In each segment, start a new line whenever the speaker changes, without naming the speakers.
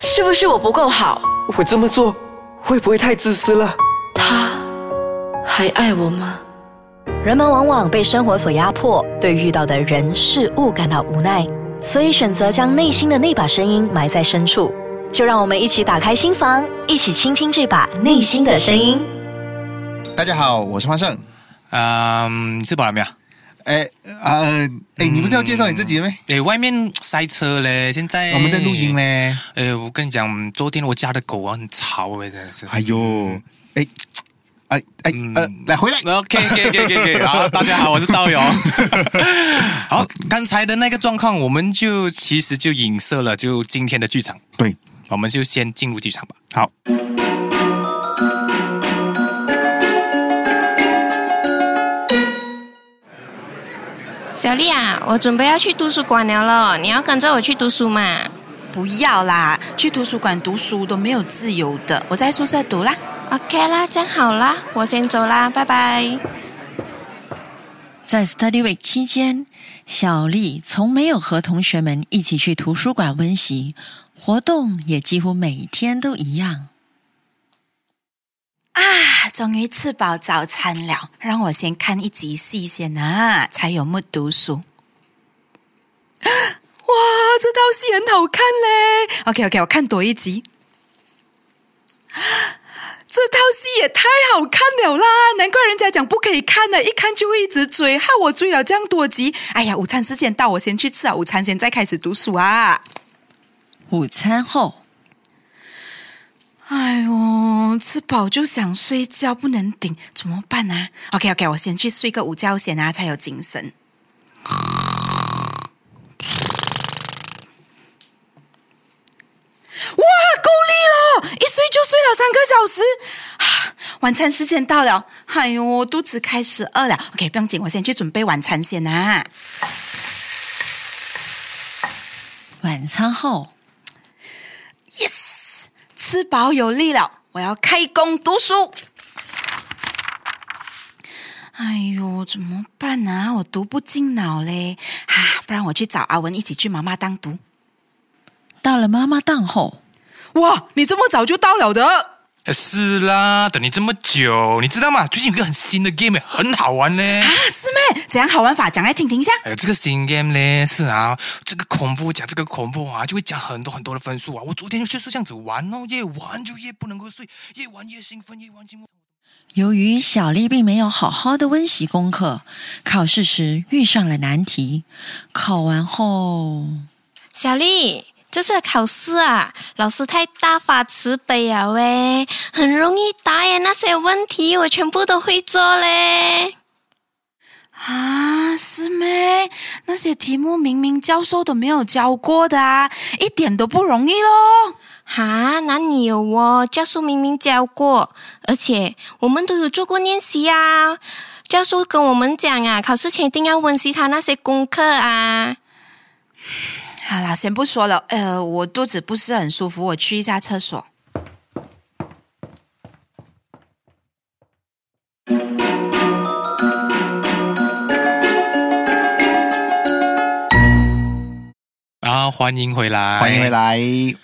是不是我不够好？
我这么做会不会太自私了？
他还爱我吗？
人们往往被生活所压迫，对遇到的人事物感到无奈，所以选择将内心的那把声音埋在深处。就让我们一起打开心房，一起倾听这把内心的声音。
大家好，我是花胜。
嗯，你吃饱了没有？
哎啊，呃哎，你不是要介绍你自己吗？
诶，外面塞车嘞，现在
我们在录音。嘞。
诶，我跟你讲，昨天我家的狗啊很吵诶，真的是。
哎呦，哎哎哎呃，来回来。
OK OK OK OK，好，大家好，我是道友。好，刚才的那个状况，我们就其实就影射了，就今天的剧场，
对，
我们就先进入剧场吧。
好，
小丽啊，我准备要去图书馆了咯，你要跟着我去读书嘛？
不要啦，去图书馆读书都没有自由的，我在宿舍读啦。
OK 啦，这样好啦，我先走啦，拜拜。
在 Study Week 期间，小丽从没有和同学们一起去图书馆温习，活动也几乎每天都一样。
啊，终于吃饱早餐了，让我先看一集戏先啊，才有 mood 读书。 哇，这套戏很好看嘞！OK OK，我看多一集。这套戏也太好看了啦！难怪人家讲不可以看的，一看就会一直追，害我追了这样多集。哎呀，午餐时间到，我先去吃啊，午餐先再开始读书啊。
午餐后，
哎呦，吃饱就想睡觉，不能顶，怎么办啊？OK OK，我先去睡个午觉先啊，才有精神。哇，够力了！一睡就睡了三个小时。啊晚餐时间到了，哎呦，我肚子开始饿了。OK，不用紧，我先去准备晚餐先啊。
晚餐后，
Yes，吃饱有力了，我要开工读书。哎呦，怎么办啊？我读不进脑嘞，啊，不然我去找阿文一起去妈妈当读。
到了妈妈档后，
哇，你这么早就到了的？
诶是啦，等你这么久，你知道吗？最近有一个很新的 game，诶很好玩嘞。
啊，师妹，怎样好玩法？讲来听听一下。
哎，这个新 game 呢是啊，这个恐怖加这个恐怖啊，就会加很多很多的分数啊。我昨天就是这样子玩哦，越玩就越不能够睡，越玩越兴奋，越玩兴奋。
由于小丽并没有好好的温习功课，考试时遇上了难题。考完后，
小丽，这次的考试啊，老师太大发慈悲了喂，很容易答耶，那些问题我全部都会做嘞。
啊，师妹，那些题目明明教授都没有教过的啊，一点都不容易咯。
哈，哪里有哦？教授明明教过，而且我们都有做过练习啊。教授跟我们讲啊，考试前一定要温习他那些功课啊。
好啦，先不说了，呃，我肚子不是很舒服，我去一下厕所。
啊，欢迎回来，
欢迎回。来。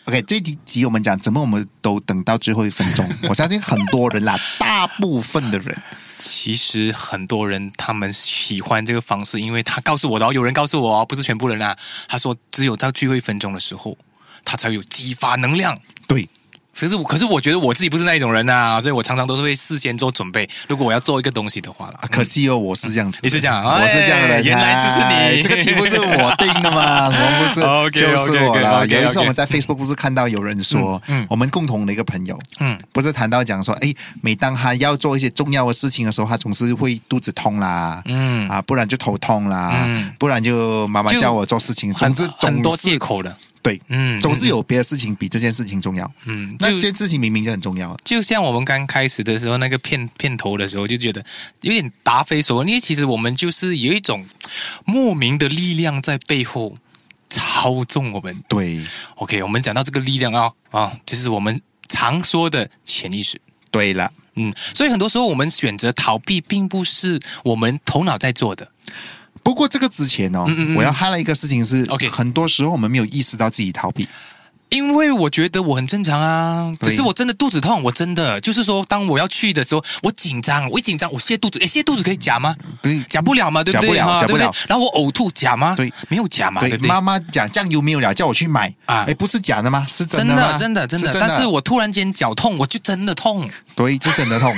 OK，这一集我们讲怎么我们都等到最后一 分钟，我相信很多人啦，大部分的人
其实很多人他们喜欢这个方式，因为他告诉我的哦，有人告诉我哦，不是全部人啊。他说，只有到最后一分钟的时候，他才有激发能量。
对
可是我，可是我觉得我自己不是那一种人啊，所以我常常都是会事先做准备。如果我要做一个东西的话啦嗯
啊，，可惜哦，我是这样子的，
你是这样啊
我是这样的人，
哎原来就是你
哎这个题目是我定的 嘛，我们不是
OK，OK，OK，
就是我啦。
OK，OK，OK
有一次我们在 Facebook 不是看到有人说
嗯嗯，
我们共同的一个朋友，
嗯，
不是谈到讲说，哎，每当他要做一些重要的事情的时候，他总是会肚子痛啦，
嗯
啊，不然就头痛啦
嗯，
不然就妈妈
就
叫我做事情，总
很
之
很多
总
借
是
口的。
对，
嗯
总是有别的事情比这件事情重要。
嗯，就
那件事情明明就很重要，
就像我们刚开始的时候，那个片片头的时候，就觉得有点答非所问，因为其实我们就是有一种莫名的力量在背后操纵我们。
对
OK，我们讲到这个力量啊啊，就是我们常说的潜意识。
对了，
嗯，所以很多时候我们选择逃避，并不是我们头脑在做的。
不过这个之前哦，我要 highlight 一个事情是
嗯 OK
很多时候我们没有意识到自己逃避，
因为我觉得我很正常啊，
对
只是我真的肚子痛，我真的就是说，当我要去的时候，我紧张，我一紧张，我泻肚子，诶，泻肚子可以假吗？
对
假不了嘛，对不对？
假不了
啊
假不了
对对然后我呕吐假吗？
对，
啊没有假嘛，对
对，
不对？
妈妈讲酱油没有了，叫我去买
啊
哎，不是假的吗？是
真
的
的，
吗？
真的，真的，
真的。
但是我突然间脚痛，我就真的痛。
对是真的 痛，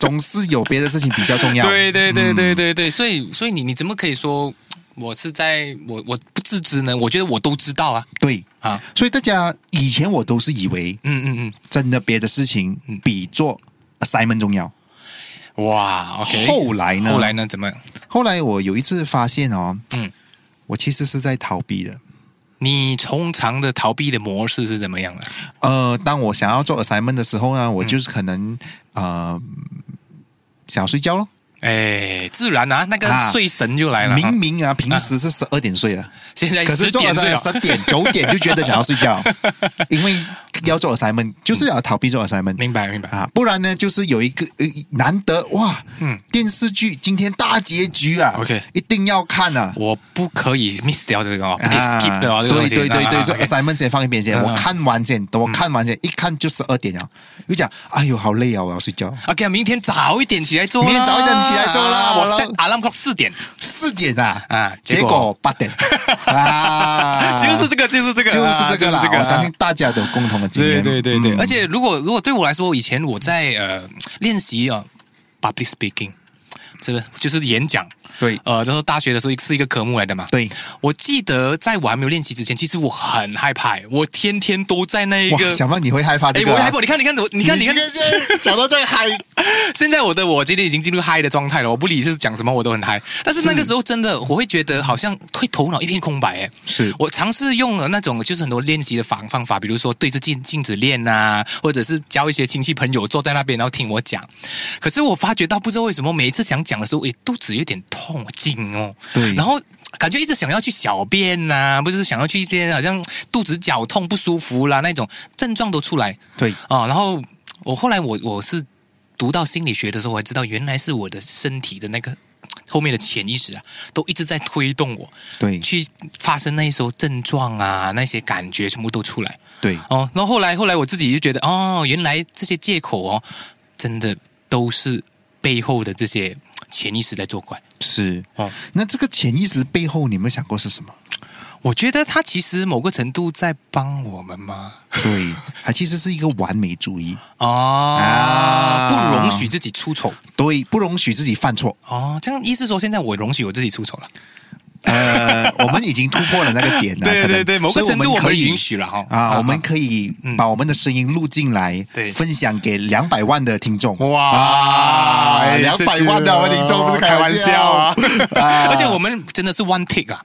总是有别的事情比较重要。
对对对
嗯
对对对，所以所以你你怎么可以说我是在我我不自知呢？我觉得我都知道啊
对，
啊，
所以大家以前我都是以为
嗯嗯
真的别的事情比做 assignment 重要。
嗯，哇，OK。
后来呢？
后来呢？怎么？
后来我有一次发现哦，
嗯
嗯，我其实是在逃避的。
你通常的逃避的模式是怎么样的？
呃，当我想要做 assignment 的时候
嗯
呢，我就是可能、呃想要睡觉咯。
哎，自然啊，那个
啊
睡神就来了。
明明啊，平时是十二点睡了，
现在
可是
哎十
做
点睡啊
assignment
了，
十点九点就觉得想要睡 觉，因为要做 assignment 就是要逃避做 assignment。
明白明白。
啊，不然呢，就是有一个呃，难得哇，
嗯
电视剧今天大结局啊
OK
一定要看啊，
我不可以 miss 掉这个哦，不可以
啊
skip 的哦，这个东
对
西
对对对，
啊
这
OK
assignment 先放一边先，
嗯
我
嗯
看完先，等我看完先，一看就十二点了，又讲，哎呦，好累啊，我要睡觉。
OK，明天早一点起来做啦，
明天早一点起来做啦
啊我
我
set alarm clock 四点，
四点啊，
啊结
结
果
果八点 啊，
就是这个，就是这个，
就是这个
啊
啦
就，
我相信
啊
大家都有共同的经
对
验。
对对对，
嗯
而且如果如果对我来说，以前我在呃练习啊 public speaking，这个就是演讲，
对
呃，就是大学的时候是一个科目来的嘛。
对，
我记得在我还没有练习之前，其实我很害怕，我天天都在那一
哇，
个。
小曼你会害怕
哎
这，个
我
啊？
害怕！你看，你看，我你
你
看，你看，
看，讲到这个嗨，
现在我的我今天已经进入嗨的状态了，我不理是讲什么我都很嗨。但是那个时候真的，我会觉得好像会头脑一片空白哎。
是
我尝试用了那种就是很多练习的方方法，比如说对着镜镜子练啊，或者是交一些亲戚朋友坐在那边然后听我讲。可是我发觉到不知道为什么，每一次想讲的时候，诶，哎肚子有点痛紧哦。
对
然后。感觉一直想要去小便呐、不是想要去一些好像肚子绞痛不舒服啦那种症状都出来，
对，
啊，然后我后来我我是读到心理学的时候，我才知道原来是我的身体的那个后面的潜意识啊，都一直在推动我
对
去发生那时候症状啊，那些感觉全部都出来
对，
哦。然后后来后来我自己就觉得，哦，原来这些借口哦，真的都是背后的这些潜意识在作怪。
是
哦。
那这个潜意识背后，你们想过是什么？
我觉得他其实某个程度在帮我们嘛，
对，它其实是一个完美主义，
哦，
啊
不容许自己出丑
对，不容许自己犯错。
哦。这样意思说，现在我容许我自己出丑了。
呃，我们已经突破了那个点了，
对
可能
对对某个
所以
程度
我
我们
可以
允许了哈
啊，
啊
我们可以把我们的声音录进来，
对
分享给两百万的听众。
哇
啊，两百万的我们听众不是
开
玩
笑啊！
啊
而且我们真的是 one take 啊。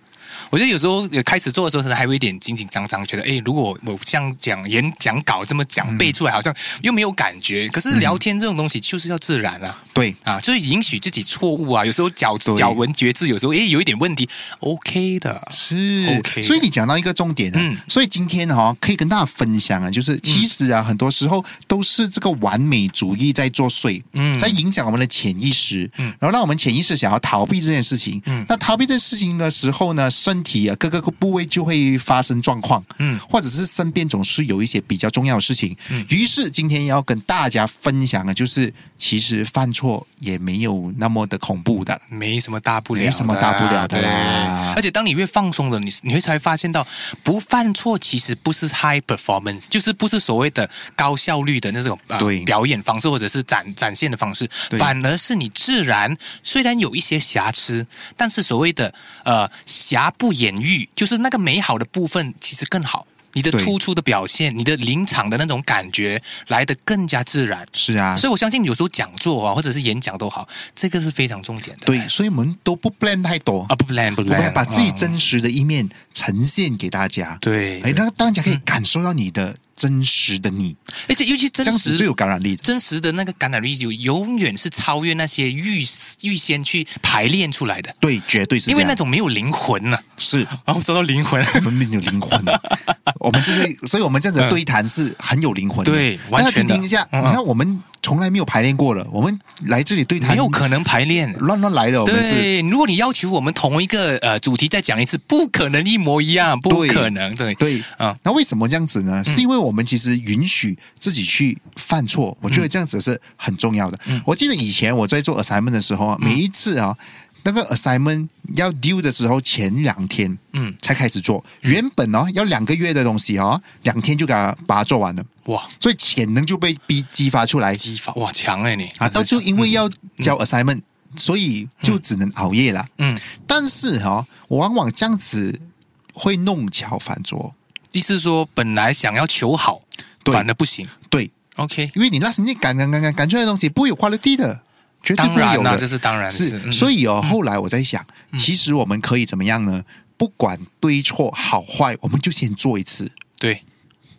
我觉得有时候呃开始做的时候，可能还会有一点紧紧张张，觉得哎，如果我像讲演讲稿这么讲
嗯
背出来，好像又没有感觉。可是聊天这种东西就是要自然啊。
对
啊，就是允许自己错误啊，有时候咬
对
咬文嚼字，有时候诶有一点问题，OK 的，
是
OK 的
所以你讲到一个重点啊，
嗯
所以今天哈、哦、可以跟大家分享啊，就是其实啊，很多时候都是这个完美主义在作祟，
嗯
在影响我们的潜意识，嗯，然后让我们潜意识想要逃避这件事情，嗯，那逃避这件事情的时候呢，身体啊各个部位就会发生状况，
嗯
或者是身边总是有一些比较重要的事情，嗯，于是今天要跟大家分享的就是其实犯错也没有那么的恐怖的，
没什么大不了的啊，
没什么大不了的啦
对而且当你越放松了，你你会才会发现到，不犯错其实不是 high performance，就是不是所谓的高效率的那种、呃、
对
表演方式或者是展展现的方式，
对
反而是你自然虽然有一些瑕疵，但是所谓的呃瑕不掩瑜，就是那个美好的部分其实更好。你的
对
突出的表现，你的临场的那种感觉来得更加自然，
是啊，
所以我相信有时候讲座啊，或者是演讲都好，这个是非常重点的。
对，所以我们都不 plan 太多
啊，不 plan 不
我们
plan，
把自己真
嗯
实的一面呈现给大家。
对
哎，
对
让大家可以感受到你的真实的你，
而且尤其
这
真
样子
实
最有感染力的。
真实的那个感染力有永远是超越那些预预先去排练出来的，
对，绝对是
因
这
为
样
那种没有灵魂了、
是
然后说到 灵魂，
我们没有灵 魂的，我们这是，所以我们这样子的对谈是很有灵魂的。
嗯对
大家
完全的
听听一下，
嗯嗯
你看我们从来没有排练过了，我们来这里对谈
没有可能排练。
乱乱来的，我们是。
对，如果你要求我们同一个呃主题再讲一次，不可能一模一样，不
对
可能。对，
对
嗯
那为什么这样子呢？是因为我们其实允许自己去犯错，我觉得这样子是很重要的。
嗯
我记得以前我在做 assignment 的时候啊，每一次啊，那个 assignment 要 due 的时候，前两天
嗯
才开始做，原本哦要两个月的东西哦，两天就给它把它做完了，
哇，
所以潜能就被逼激发出来
激发哇强哎你
啊。到最后因为要交 assignment，、所以就只能熬夜了。
嗯，
但是哈、哦，我往往这样子会弄巧反拙。
意思是说本来想要求好，
对
反而不行。
对，
OK，
因为你那时你赶赶赶赶赶出来的东西不会有 quality 的，绝对不
当
会有
然啦，啊
的。
这是当然
是
嗯
所以哦，后来我在想，其实我们可以怎么样呢？不管对错好坏，我们就先做一次
对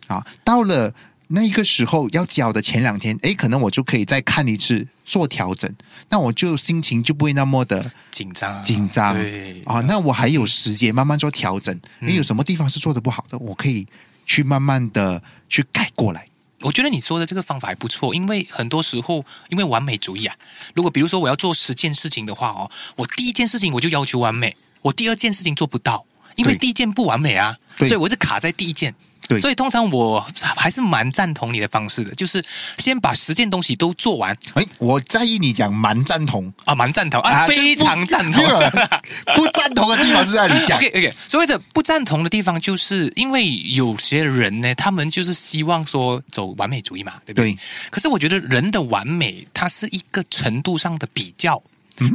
啊。到了那个时候要交的前两天，诶，可能我就可以再看一次，做调整，那我就心情就不会那么的
紧张啊
紧张
对嗯
啊。那我还有时间慢慢做调整，诶，有什么地方是做的不好的，我可以去慢慢的去改过来。
我觉得你说的这个方法还不错，因为很多时候因为完美主义啊，如果比如说我要做十件事情的话哦，我第一件事情我就要求完美，我第二件事情做不到，因为
对
第一件不完美啊，
对
所以我是卡在第一件。
对
所以通常我还是蛮赞同你的方式的，就是先把十件东西都做完
诶，我在意你讲蛮赞同。
啊，蛮赞同啊，
这
非
不
常赞同
没。有不赞同的地方是在你讲
OK OK，所谓的不赞同的地方，就是因为有些人呢，他们就是希望说走完美主义嘛，对不对？
对
可是我觉得人的完美，它是一个程度上的比较。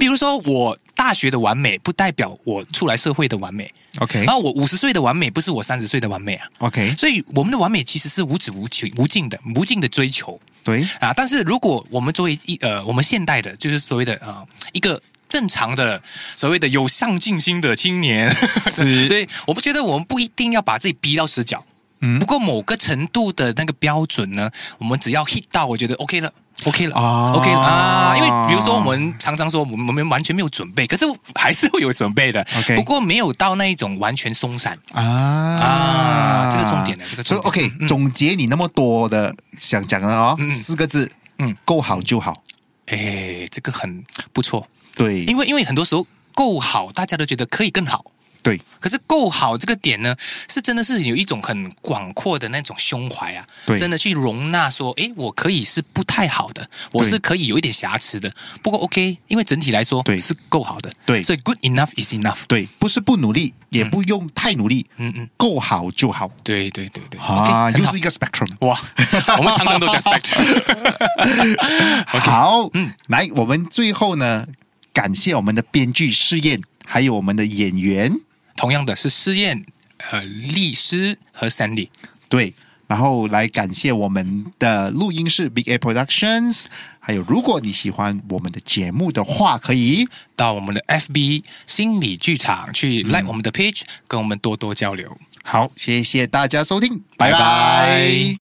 比如说，我大学的完美不代表我出来社会的完美，
OK
然后我五十岁的完美不是我三十岁的完美啊。
OK，
所以我们的完美其实是无止无穷、无尽的、无尽的追求。
对
啊，但是如果我们作为一呃，我们现代的，就是所谓的啊、一个正常的所谓的有上进心的青年，
是
对，我不觉得我们不一定要把自己逼到死角。嗯，不过某个程度的那个标准呢，我们只要 hit 到，我觉得 OK 了。OK 了、
啊
o k 啊，因为比如说我们常常说我们我们完全没有准备，可是还是会有准备的
OK
不过没有到那一种完全松散。
啊
啊这个重点呢嗯这个
所以
重
OK，、总结你那么多的想讲的哦，四个字，
嗯，
够好就好。
哎，这个很不错，
对，
因为因为很多时候够好，大家都觉得可以更好，
对
可是够好这个点呢，是真的是有一种很广阔的那种胸怀啊，
对
真的去容纳说，诶，我可以是不太好的，我是可以有一点瑕疵的，不过 OK，因为整体来说
对
是够好的，
对
所以 good enough is enough，
对，不是不努力，也不用太努力，
嗯嗯，
够好就好
对对对对，
啊
o k
又是一个 spectrum。
哇，我们常常都讲 spectrum，
好，嗯，来，我们最后呢，感谢我们的编剧试验，还有我们的演员，
同样的是试验。呃，律师和 Sandy，
对，然后来感谢我们的录音室 Big A Productions，还有如果你喜欢我们的节目的话，可以
到我们的 FB 心理剧场去
嗯
like 我们的 page，、跟我们多多交流。
好，谢谢大家收听，拜拜。
拜拜